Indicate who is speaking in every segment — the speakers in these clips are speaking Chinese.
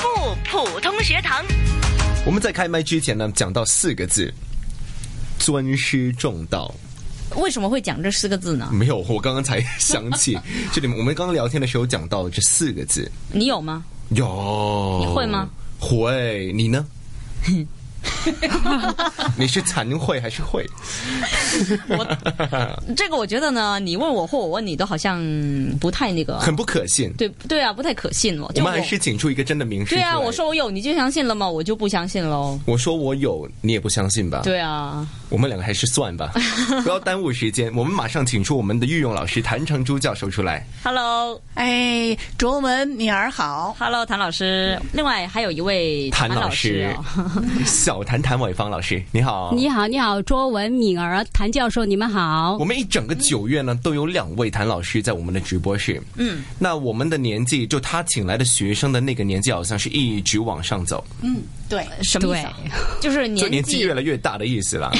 Speaker 1: 普通学堂。
Speaker 2: 我们在开麦之前呢，讲到四个字：尊师重道。
Speaker 3: 为什么会讲这四个字呢？
Speaker 2: 没有，我刚刚才想 起，就你们我们刚刚聊天的时候讲到这四个字，
Speaker 3: 你有吗？
Speaker 2: 有
Speaker 3: 你会吗？
Speaker 2: 会，你 呢？你是惭愧还是会？
Speaker 3: 这个我觉得呢，你问我或我问你都好像不太那个，
Speaker 2: 很不可信。
Speaker 3: 对对啊，不太可信哦。
Speaker 2: 我
Speaker 3: 就
Speaker 2: 们还是请出一个真的名师。
Speaker 3: 对啊，我说。我有，你就相信了吗？我就不相信喽。
Speaker 2: 我说我有，你也不相信吧？，
Speaker 3: 对啊，
Speaker 2: 我们两个还是算吧，不要耽误时间。我们马上请出我们的御用老师谭成珠教授出来。
Speaker 3: Hello，Hello，
Speaker 4: 哎，卓文，你儿好。
Speaker 3: 谭老师。另外还有一位
Speaker 2: 谭
Speaker 3: 老
Speaker 2: 老师
Speaker 3: 哦，
Speaker 2: 小谭谭伟芳老师，你好。
Speaker 5: 你好，你好，卓文敏儿谭教授，你们好
Speaker 2: 我。们一整个九月呢，都有两位谭老师在我们的直播室。嗯，那我们的年纪，就他请来的学生的那个年纪，好像是一直往上走，
Speaker 4: 嗯，对，
Speaker 3: 什么意思啊？就是
Speaker 2: 就
Speaker 3: 年
Speaker 2: 年纪越来越大的意 思啦。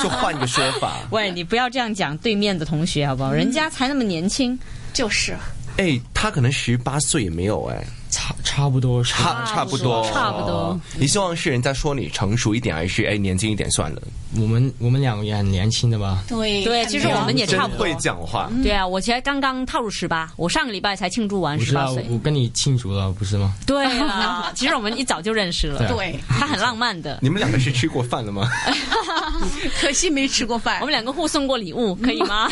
Speaker 2: 就换个说法，
Speaker 3: 喂，你不要这样讲对面的同学好不
Speaker 4: 嗯
Speaker 3: 好？人家才那么年轻，
Speaker 4: 就是
Speaker 2: 哎，他可能十八岁也没有哎，
Speaker 6: 差差不多是
Speaker 3: 啊
Speaker 2: 差差不多，
Speaker 5: 差不多。
Speaker 2: 你希望是人家说你成熟一点，还是哎年轻一点算了？
Speaker 6: 我们我们两个也很年轻的吧？
Speaker 4: 对
Speaker 3: 对其实我们也差不多
Speaker 2: 真会讲话。
Speaker 3: 对啊，我才刚刚踏入十八，我上个礼拜才庆祝完
Speaker 6: 我
Speaker 3: 十
Speaker 6: 知
Speaker 3: 八
Speaker 6: 道，
Speaker 3: 岁。
Speaker 6: 我跟你庆祝了，不是吗？
Speaker 3: 对啊， 其实我们一早就认识了，
Speaker 6: 对啊
Speaker 4: 对，
Speaker 3: 他很浪漫的。
Speaker 2: 你们两个是吃过饭了吗？
Speaker 4: 可惜没吃过饭。
Speaker 3: 我们两个互送过礼物，可以 吗？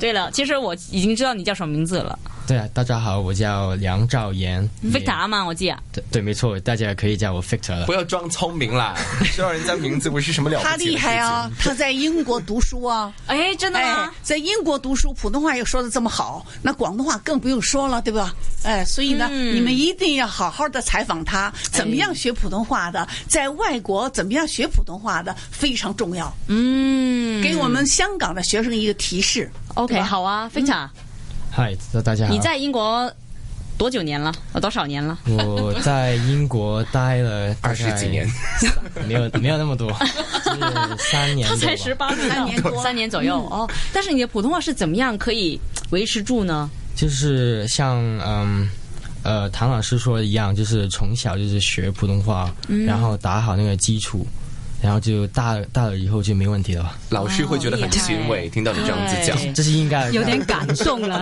Speaker 3: 对了，其实我已经知道你叫什么名字了，
Speaker 6: 对啊，大家好，我叫梁兆言。
Speaker 3: 维达嘛，我记啊。
Speaker 6: 对对，没错，大家可以叫我 Victor 了
Speaker 2: 不。要装聪明 啦，知道人家名字不是什么了不起
Speaker 4: 他
Speaker 2: 的事
Speaker 4: 厉
Speaker 2: 情。
Speaker 4: 害 啊！他在英国读书啊，
Speaker 3: 哎，真的
Speaker 4: 哎
Speaker 3: 吗？，
Speaker 4: 在英国读书，普通话又说的这么好，那广东话更不用说了，对吧？哎，所以呢，你们一定要好好的采访他，怎么样学普通话的，在外国怎么样学普通话的非常重要，
Speaker 3: 嗯
Speaker 4: 给我们香港的学生一个提 示。
Speaker 3: ，OK，
Speaker 4: 对吧
Speaker 3: 好啊，菲塔，
Speaker 6: 嗨，大家好。
Speaker 3: 你在英国多久年了？呃多少年了？
Speaker 6: 我在英国待了 大概
Speaker 2: 二十几年，
Speaker 3: 哎
Speaker 6: 没有没有那么多，就是三年
Speaker 3: 他
Speaker 6: 多吧
Speaker 3: 才十八岁，
Speaker 4: 三年多
Speaker 3: 三年左右哦。但是你的普通话是怎么样可以维持住呢？
Speaker 6: 就是像嗯。呃，唐老师说的一样，就是从小就是学普通话，
Speaker 3: 嗯
Speaker 6: 然后打好那个基础，然后就大了大了以后就没问题了吧？
Speaker 2: 老师会觉得很欣慰，听到你这样子讲。
Speaker 3: 对
Speaker 6: 这是应该的
Speaker 5: 有点感动了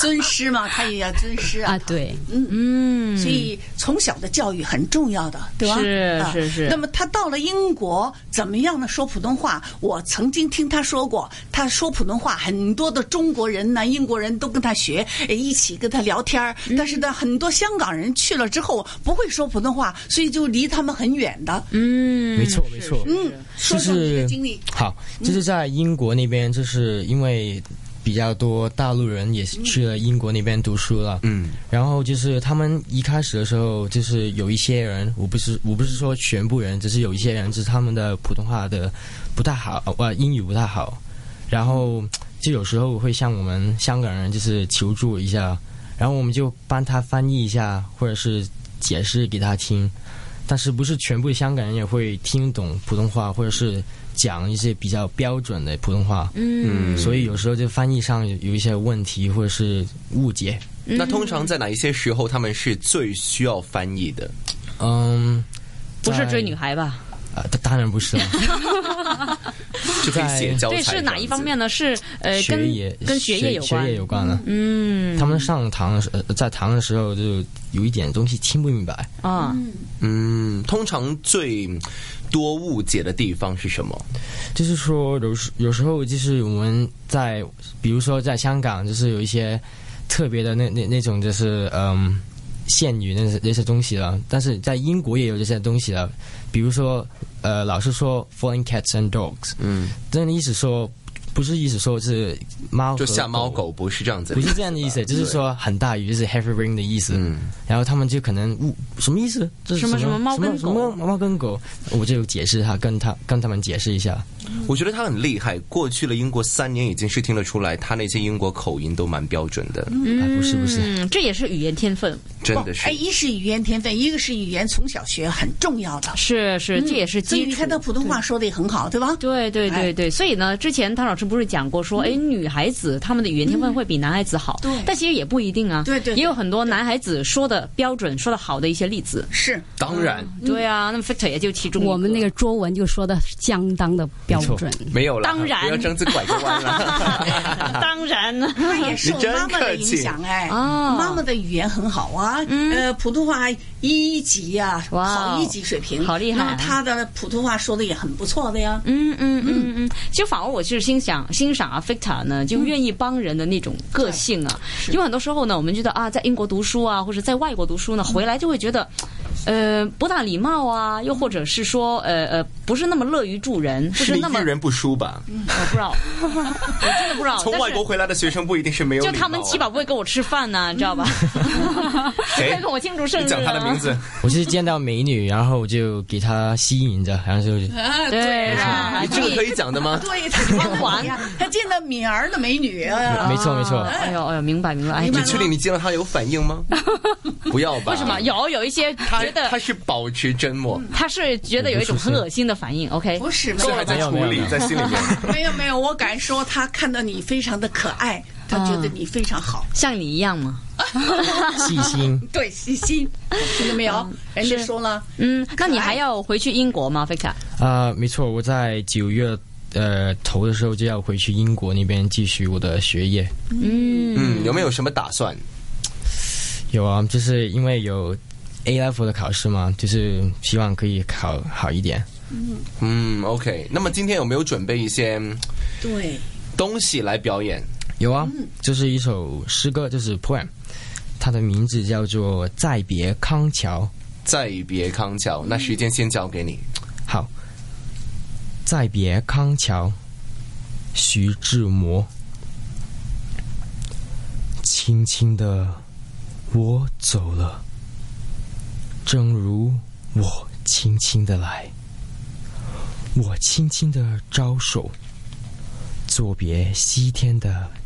Speaker 4: 尊师嘛，他也要尊师啊
Speaker 5: 啊，。对，
Speaker 3: 嗯，
Speaker 4: 所以从小的教育很重要的，对吧？
Speaker 3: 是
Speaker 4: 啊
Speaker 3: 是是
Speaker 4: 那么他到了英国，怎么样呢？说普通话，我曾经听他说过，他说普通话，很多的中国人呢、英国人都跟他学，呃一起跟他聊天儿。
Speaker 3: 嗯
Speaker 4: 但是呢，很多香港人去了之后不会说普通话，所以就离他们很远的。
Speaker 3: 嗯，
Speaker 6: 没错没错，
Speaker 4: 嗯，说
Speaker 6: 就
Speaker 4: 说你的
Speaker 6: 是
Speaker 4: 经历。
Speaker 6: 好，就是在英国那边，就是因为比较多大陆人也是去了英国那边读书了，
Speaker 2: 嗯，
Speaker 6: 然后就是他们一开始的时候，就是有一些人，我不是我不是说全部人，只是有一些人，就是他们的普通话的不太好，呃，英语不太好，然后就有时候会向我们香港人就是求助一下，然后我们就帮他翻译一下，或者是解释给他听。但是不是全部香港人也会听懂普通话，或者是讲一些比较标准的普通话，
Speaker 2: 嗯
Speaker 6: 所以有时候就翻译上有有一些问题或者是误解。
Speaker 3: 嗯
Speaker 2: 那通常在哪一些时候他们是最需要翻译的？
Speaker 6: 嗯，
Speaker 3: 不是
Speaker 6: 在
Speaker 3: 追女孩吧？
Speaker 6: 啊，当当然不是了，
Speaker 2: 就可以写教材。
Speaker 3: 对，是哪一方面？呢？是 呃，
Speaker 6: 学
Speaker 3: 跟
Speaker 6: 业
Speaker 3: 跟学业有关
Speaker 6: 学。业有关了。
Speaker 3: 嗯
Speaker 6: 他们上堂的时候呃在堂的时候就有一点东西听不明白，
Speaker 3: 啊，
Speaker 2: 嗯，通常最多误解的地方是什么？
Speaker 6: 就是说有时有时候就是我们在比如说在香港，就是有一些特别的那那那种就是嗯谚语那些那些东西了，但是在英国也有这些东西了，比如说呃老是说 “foreign cats and dogs”，
Speaker 2: 嗯，
Speaker 6: 真的意思说不是意思说是猫
Speaker 2: 就
Speaker 6: 和
Speaker 2: 下猫狗不是这样子，
Speaker 6: 不是这样的意思，就是说很大雨，就是 heavy rain 的意思。
Speaker 2: 啊嗯
Speaker 6: 然后他们就可能误什么意思？这是
Speaker 3: 什么
Speaker 6: 什
Speaker 3: 什么猫跟狗
Speaker 6: 什么什么猫跟狗？我就解释他，跟他跟他们解释一下。
Speaker 2: 我觉得他很厉害，过去了英国三年已经是听得出来，他那些英国口音都蛮标准的，
Speaker 6: 啊，不是不是，
Speaker 3: 嗯，这也是语言天分，
Speaker 2: 真的是
Speaker 4: 哎，。一是语言天分，一个是语言从小学很重要的，
Speaker 3: 是是，这也是
Speaker 4: 嗯所以
Speaker 3: 基
Speaker 4: 你
Speaker 3: 础
Speaker 4: 看。他哎普通话说的也很好，对吧？
Speaker 3: 对对对对，所以呢，之前汤老师不是讲过说，哎，女孩子她们的语言天分会比男孩子好，
Speaker 4: 嗯对
Speaker 3: 但其实也不一定啊，
Speaker 4: 对对对
Speaker 3: 也有很多男孩子说的标准、说的好的一些例子，
Speaker 4: 是，
Speaker 2: 当然
Speaker 4: 嗯
Speaker 3: 对啊，那么 Victor 也就其中一
Speaker 5: 我们那
Speaker 3: 个
Speaker 5: 个拙文就说的相当的标准。
Speaker 2: 没有了，
Speaker 3: 当然
Speaker 2: 不要这样子拐个弯了。
Speaker 3: 当然呢，
Speaker 4: 他也受
Speaker 2: 你真
Speaker 4: 妈妈的影响哎，
Speaker 3: 哦嗯
Speaker 4: 妈妈的语言很好啊，呃，普通话一级呀、
Speaker 3: 哇哦
Speaker 4: 好一级水平，
Speaker 3: 好厉害
Speaker 4: 那么他的普通话说的也很不错的呀，
Speaker 3: 嗯嗯嗯嗯，就反而我是欣赏欣赏啊 Victor 呢，
Speaker 2: 嗯
Speaker 3: 就愿意帮人的那种个性啊，因为很多时候呢，我们觉得啊，在英国读书啊，或者在外国读书呢，
Speaker 2: 嗯
Speaker 3: 回来就会觉得，呃，不大礼貌啊，又或者是说，呃呃，不是那么乐于助人， 不
Speaker 2: 是
Speaker 3: 是
Speaker 2: 你
Speaker 3: 那么呃
Speaker 2: 遇，人不淑吧？
Speaker 3: 我不知道， 我真的不知道，
Speaker 2: 从
Speaker 3: 但
Speaker 2: 外
Speaker 3: 是
Speaker 2: 国回来的学生不一定是没有
Speaker 3: 就
Speaker 2: 礼
Speaker 3: 他们
Speaker 2: 貌啊
Speaker 3: 起码不会跟我吃饭呢、你 知道吧？不
Speaker 2: 谁
Speaker 3: 会跟我庆祝生
Speaker 2: 哎
Speaker 3: 日、啊。
Speaker 2: 你讲他的名字，
Speaker 6: 我是见到美女，然后我就给她吸引着，然后就
Speaker 4: 啊，
Speaker 3: 对
Speaker 4: 啊
Speaker 3: 啊，
Speaker 2: 你这个可以讲的吗？
Speaker 4: 对，他见到
Speaker 3: 光环
Speaker 4: 你呀他见到敏儿的美女啊，
Speaker 6: 没错没错
Speaker 3: 啊哎呦哎呦，明白明白。哎
Speaker 4: 明白
Speaker 2: 你确定你见到他有反应 吗？不要吧。
Speaker 3: 为什么？有有一些
Speaker 2: 他
Speaker 3: 觉得嗯
Speaker 2: 他是保持沉默，
Speaker 3: 他是觉得有一种很恶心的反应。OK，
Speaker 4: 不是
Speaker 2: 所以还
Speaker 4: 吧
Speaker 2: 在
Speaker 6: 没有
Speaker 2: 处
Speaker 6: 没有没
Speaker 2: 理，
Speaker 6: 有
Speaker 2: 在心里面。
Speaker 4: 没有没有，我敢说他看到你非常的可爱，
Speaker 3: 嗯
Speaker 4: 他觉得你非 常好。
Speaker 3: 像你一样吗？
Speaker 6: 细心。
Speaker 4: 对，细心，听到没有？人家说了，
Speaker 3: 嗯，那你还要回去英国吗，Fika？
Speaker 6: 啊、没错，我在九月呃头的时候就要回去英国那边继续我的学业。
Speaker 3: 嗯，
Speaker 2: 嗯，有没有什么打算？
Speaker 6: 有啊，就是因为有 A level 的考试嘛，就是希望可以考好一点。
Speaker 2: 嗯，OK。那么今天有没有准备一些嗯
Speaker 4: 对，
Speaker 2: 东西来表演？
Speaker 6: 有啊，就是一首诗歌，就是 poem，它的名字叫做《再别康桥》。
Speaker 2: 再别康桥，那时间先交给你。
Speaker 6: 好，再别康桥，徐志摩。轻轻的，我走了，正如我轻轻的来，我轻轻的招手，作别西天的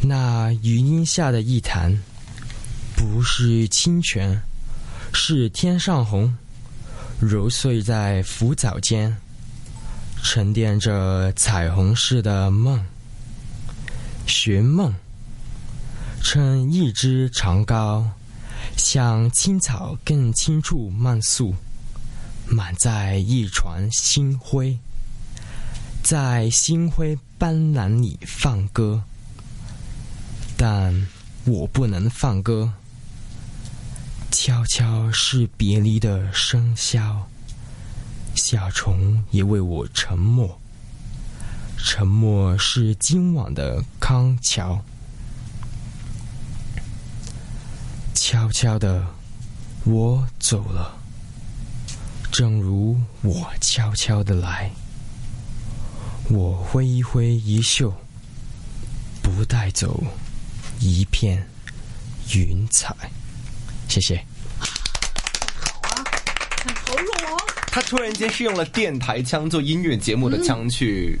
Speaker 6: 那云荫下的一潭，不是清泉，是天上虹。揉碎在浮藻间，沉淀着彩虹似的梦。寻梦，撑一支长篙，向青草更青处漫溯，满载一船星辉，在星辉斑斓里放歌。但我不能放歌。悄悄是别离的笙箫，夏虫也为我沉默。沉默是今晚的康桥。悄悄的，我走了，正如我悄悄的来。我挥一挥衣袖，不带走一片云彩。谢谢。
Speaker 4: 投入哦。
Speaker 2: 他突然间是用了电台腔做音乐节目的腔去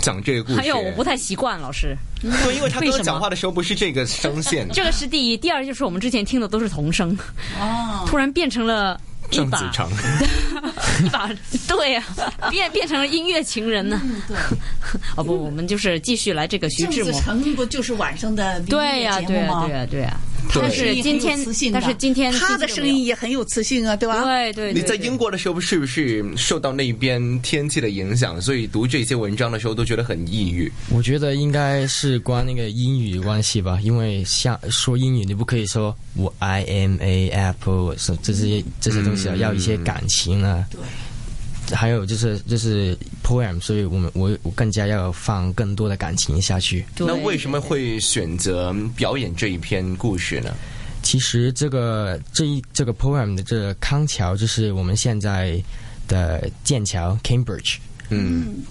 Speaker 2: 讲这个故事。
Speaker 3: 嗯还有我不太习惯，老师，
Speaker 2: 对，因为他
Speaker 3: 为
Speaker 2: 跟我
Speaker 3: 什么
Speaker 2: 讲话的时候不是这个声线，
Speaker 3: 这个是第一，第二就是我们之前听的都是童声，哦，突然变成了 一
Speaker 2: 郑子
Speaker 3: 把
Speaker 2: 成。
Speaker 3: 一把，对呀、变变成了音乐情人呢。哦不，我们就是继续来这个徐
Speaker 4: 嗯郑
Speaker 3: 志
Speaker 4: 子
Speaker 3: 摩。
Speaker 4: 成不就是晚上的
Speaker 3: 对呀、
Speaker 4: 音乐
Speaker 3: 对
Speaker 4: 节目
Speaker 3: 呀、
Speaker 4: 吗？
Speaker 3: 对呀、对呀、
Speaker 2: 对
Speaker 3: 但是今天
Speaker 4: 很有磁性，的
Speaker 3: 但是今天
Speaker 4: 他的声音，也很有磁性啊，对吧？
Speaker 3: 对对，对
Speaker 2: 你在
Speaker 3: 对
Speaker 2: 英国的时候是不是受到那边天气的影响，所以读这些文章的时候都觉得很抑郁？
Speaker 6: 我觉得应该是关那个英语关系吧，因为像说英语你不可以说我 I am a apple 什这些这些东西啊，要一些感情啊。对，还有就是就是 poem，所以我们我我更加要放更多的感情下去。
Speaker 2: 那为什么会选择表演这一篇故事呢？
Speaker 6: 其实这个这一这个 poem 的这个康桥，就是我们现在的剑桥 Cambridge。
Speaker 2: 嗯，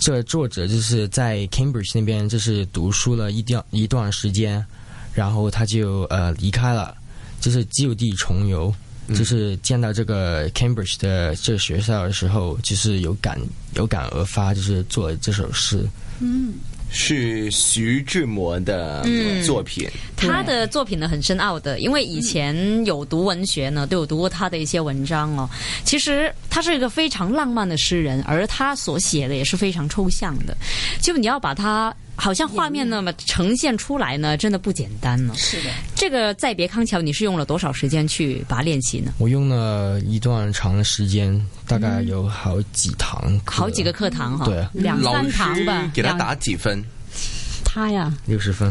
Speaker 6: 这作者就是在 Cambridge 那边就是读书了一段一段时间，然后他就呃离开了，就是就地重游。就是见到这个 Cambridge 的这个学校的时候，就是有感有感而发，就是做了这首诗。
Speaker 2: 是徐志摩的
Speaker 3: 嗯
Speaker 2: 作品。
Speaker 3: 他的作品呢很深奥的，因为以前有读文学呢，都有读过他的一些文章哦。其实他是一个非常浪漫的诗人，而他所写的也是非常抽象的，就你要把它好像画面那么呈现出来呢，真的不简单呢、
Speaker 4: 是的，
Speaker 3: 这个《再别康桥》，你是用了多少时间去把它练习呢？
Speaker 6: 我用了一段长的时间，大概有好几堂
Speaker 3: 嗯
Speaker 6: 课，
Speaker 3: 好几个课堂哈、
Speaker 6: 对啊
Speaker 3: 两
Speaker 2: 老
Speaker 3: 三
Speaker 2: 师
Speaker 3: 堂吧，
Speaker 2: 给他
Speaker 3: 两
Speaker 2: 打几分？
Speaker 5: 他呀，
Speaker 6: 六十分。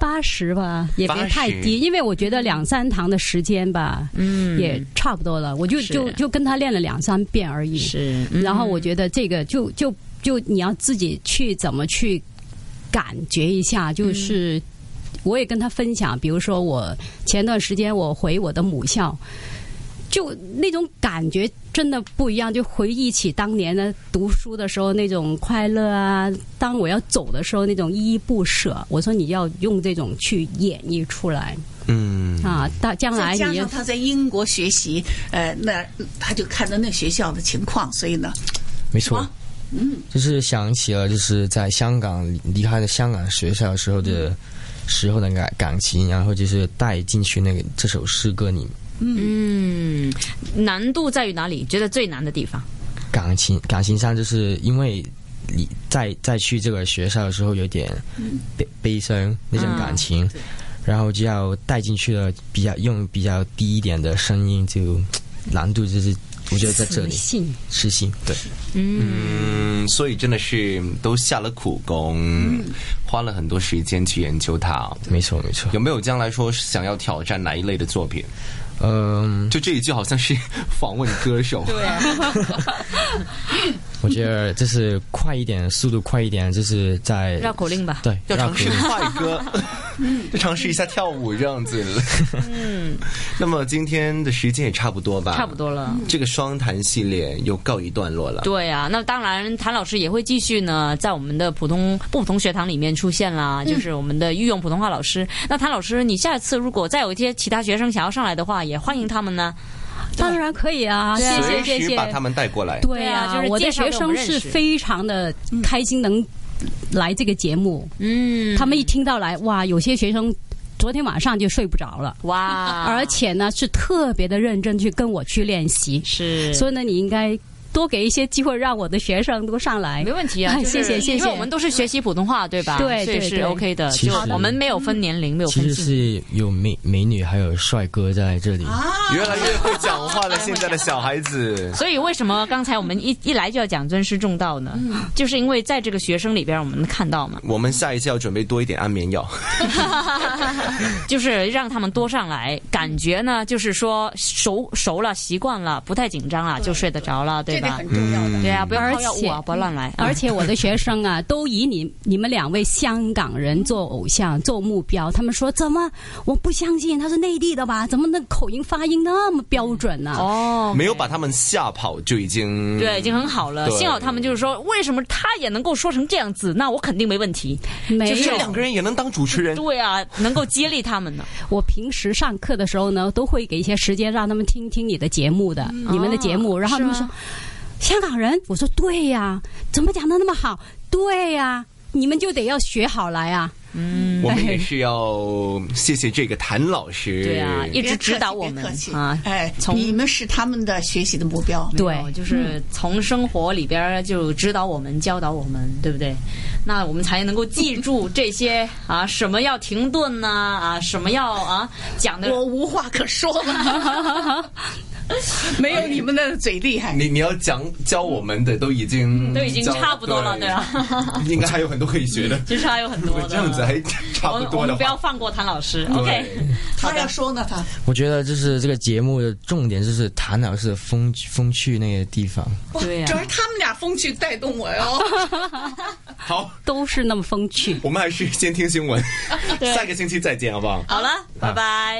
Speaker 5: 八十吧，也别太
Speaker 2: 80
Speaker 5: 低，因为我觉得两三堂的时间吧，嗯，也差不多了。我就是就就跟他练了两三遍而已。
Speaker 3: 是，嗯
Speaker 5: 然后我觉得这个就就就你要自己去怎么去感觉一下，就是我也跟他分享，比如说我前段时间我回我的母校，就那种感觉真的不一样，就回忆起当年的读书的时候那种快乐啊。当我要走的时候那种依依不舍，我说你要用这种去演绎出来
Speaker 2: 嗯，
Speaker 5: 啊，到将
Speaker 4: 再
Speaker 5: 来
Speaker 4: 加
Speaker 5: 你
Speaker 4: 上
Speaker 5: 要
Speaker 4: 他在英国学习，呃，那他就看到那学校的情况，所以呢，
Speaker 6: 没
Speaker 4: 什
Speaker 6: 错
Speaker 4: 么，
Speaker 6: 嗯，就是想起了就是在香港离开了香港学校时候的呃时候的感感情，然后就是带进去那个这首诗歌里
Speaker 3: 嗯，难度在于哪里？觉得最难的地方？
Speaker 6: 感情感情上，就是因为你再再去这个学校的时候有点悲悲伤那种感情，然后就要带进去了，比较用比较低一点的声音，就难度就是我觉得在这
Speaker 5: 自
Speaker 6: 里
Speaker 5: 信。
Speaker 6: 痴心对。
Speaker 2: 嗯，所以真的是都下了苦功，花了很多时间去研究它哦。
Speaker 6: 没错，没错
Speaker 2: 有。没有将来说想要挑战哪一类的作品？
Speaker 6: 嗯，
Speaker 2: 就这一句好像是访问歌手，
Speaker 6: 我觉得就是快一点，速度快一点，就是在
Speaker 3: 绕口令吧。
Speaker 6: 对，
Speaker 2: 要
Speaker 6: 绕
Speaker 2: 尝
Speaker 6: 口
Speaker 2: 试
Speaker 6: 令
Speaker 2: 快歌，就尝试一下跳舞这样子。嗯，那么今天的时间也差不多吧？
Speaker 3: 差不。多了。
Speaker 2: 这个双谈系列又告一段落了。
Speaker 3: 对啊，那当然，谭老师也会继续呢，在我们的普通不普通学堂里面出现
Speaker 5: 嗯
Speaker 3: 啦，就是我们的御用普通话老师。那谭老师，你下次如果再有一些其他学生想要上来的话，也欢迎他们呢。
Speaker 5: 当然可以啊，谢谢谢
Speaker 2: 随时
Speaker 5: 谢。
Speaker 2: 把他们带过来。
Speaker 5: 对
Speaker 3: 啊就是
Speaker 5: 我
Speaker 3: 介
Speaker 5: 的
Speaker 3: 绍
Speaker 5: 学
Speaker 3: 给我
Speaker 5: 生
Speaker 3: 们认
Speaker 5: 是
Speaker 3: 识
Speaker 5: 非常的开心能来这个节目，
Speaker 3: 嗯，
Speaker 5: 他们一听到来，哇，有些学生昨天晚上就睡不着了，
Speaker 3: 哇，
Speaker 5: 而且呢是特别的认真去跟我去练习，
Speaker 3: 是
Speaker 5: 所以呢，你应该多给一些机会让我的学生都上来
Speaker 3: 没。问题啊，
Speaker 5: 哎
Speaker 3: 就是
Speaker 5: 谢谢谢谢
Speaker 3: 因为我们都是学习普通话，对吧？
Speaker 5: 对
Speaker 3: 所以
Speaker 5: 对
Speaker 3: 是
Speaker 5: 对
Speaker 3: OK 的。
Speaker 6: 其
Speaker 3: 就
Speaker 6: 实
Speaker 3: 我们没有分年龄，没有
Speaker 6: 其
Speaker 3: 分
Speaker 6: 实
Speaker 3: 性别。
Speaker 6: 是有美美女还有帅哥在这里，
Speaker 2: 越来越会讲话了，现在的小孩子。
Speaker 3: 所以为什么刚才我们一一来就要讲尊师重道呢？
Speaker 5: 嗯
Speaker 3: 就是因为在这个学生里边，我们看到嘛，
Speaker 2: 我们下一次要准备多一点安眠药。
Speaker 3: 就是让他们多上来，感觉呢，就是说熟熟了，习惯了，不太紧张了，就睡得着了，对
Speaker 4: 这点
Speaker 3: 吧
Speaker 4: 很？重要的。
Speaker 3: 对啊，不要
Speaker 5: 嗯而
Speaker 3: 靠药物啊，
Speaker 5: 且嗯
Speaker 3: 不要乱来。
Speaker 5: 而且我的学生啊，都以你你们两位香港人做偶像、做目标。他们说怎么我不相信他是内地的吧？怎么那口音发音那么标准呢、
Speaker 3: 哦，
Speaker 4: 嗯
Speaker 2: 没有把他们吓跑就已经
Speaker 3: 对，已经很好了。
Speaker 2: 对
Speaker 3: 幸好他们就是说，为什么他也能够说成这样子？那我肯定没问题。
Speaker 5: 没有，
Speaker 2: 这两个人也能当主持人，
Speaker 3: 对啊，能够接力他们呢。
Speaker 5: 我平时上课的时候呢，都会给一些时间让他们听听你的节目的，你们的节目，然后他们
Speaker 3: 嗯哦是
Speaker 5: 说
Speaker 3: 吗
Speaker 5: 香港人，我说对呀、怎么讲的那么好？对呀、你们就得要学好来啊！
Speaker 2: 我们也是要谢谢这个谭老师。
Speaker 3: 对啊，一直指导我们
Speaker 4: 别客气别客
Speaker 3: 啊
Speaker 4: 气。哎，
Speaker 3: 从
Speaker 4: 你们是他们的学习的目标。
Speaker 5: 对
Speaker 3: 没有就是从生活里边儿就指导我们、教导我们，对不对？那我们才能够记住这些啊，什么要停顿呐、啊，什么要啊讲的。
Speaker 4: 我无话可说了。哎没有你们的嘴厉害。
Speaker 2: 你你要讲教我们的都已经
Speaker 3: 都已经
Speaker 2: 教
Speaker 3: 差不多了，对啊吧？
Speaker 2: 应该还有很多可以学 的。
Speaker 3: 其实还有很多 的。
Speaker 2: 这样子还差
Speaker 3: 我
Speaker 2: 不
Speaker 3: 们我
Speaker 2: 多的
Speaker 3: 们不要
Speaker 2: 话，
Speaker 3: 放过谭老师。
Speaker 2: 对
Speaker 3: OK，
Speaker 4: 他要说呢，他
Speaker 6: 我觉得就是这个节目的重点就是谭老师的风风趣那个地方。
Speaker 3: 对呀
Speaker 4: 主要是他们俩风趣带动我哟。
Speaker 2: 好，
Speaker 5: 都是那么风趣。
Speaker 2: 我们还是先听新闻，下个星期再见，好不好？
Speaker 3: 好了，拜拜。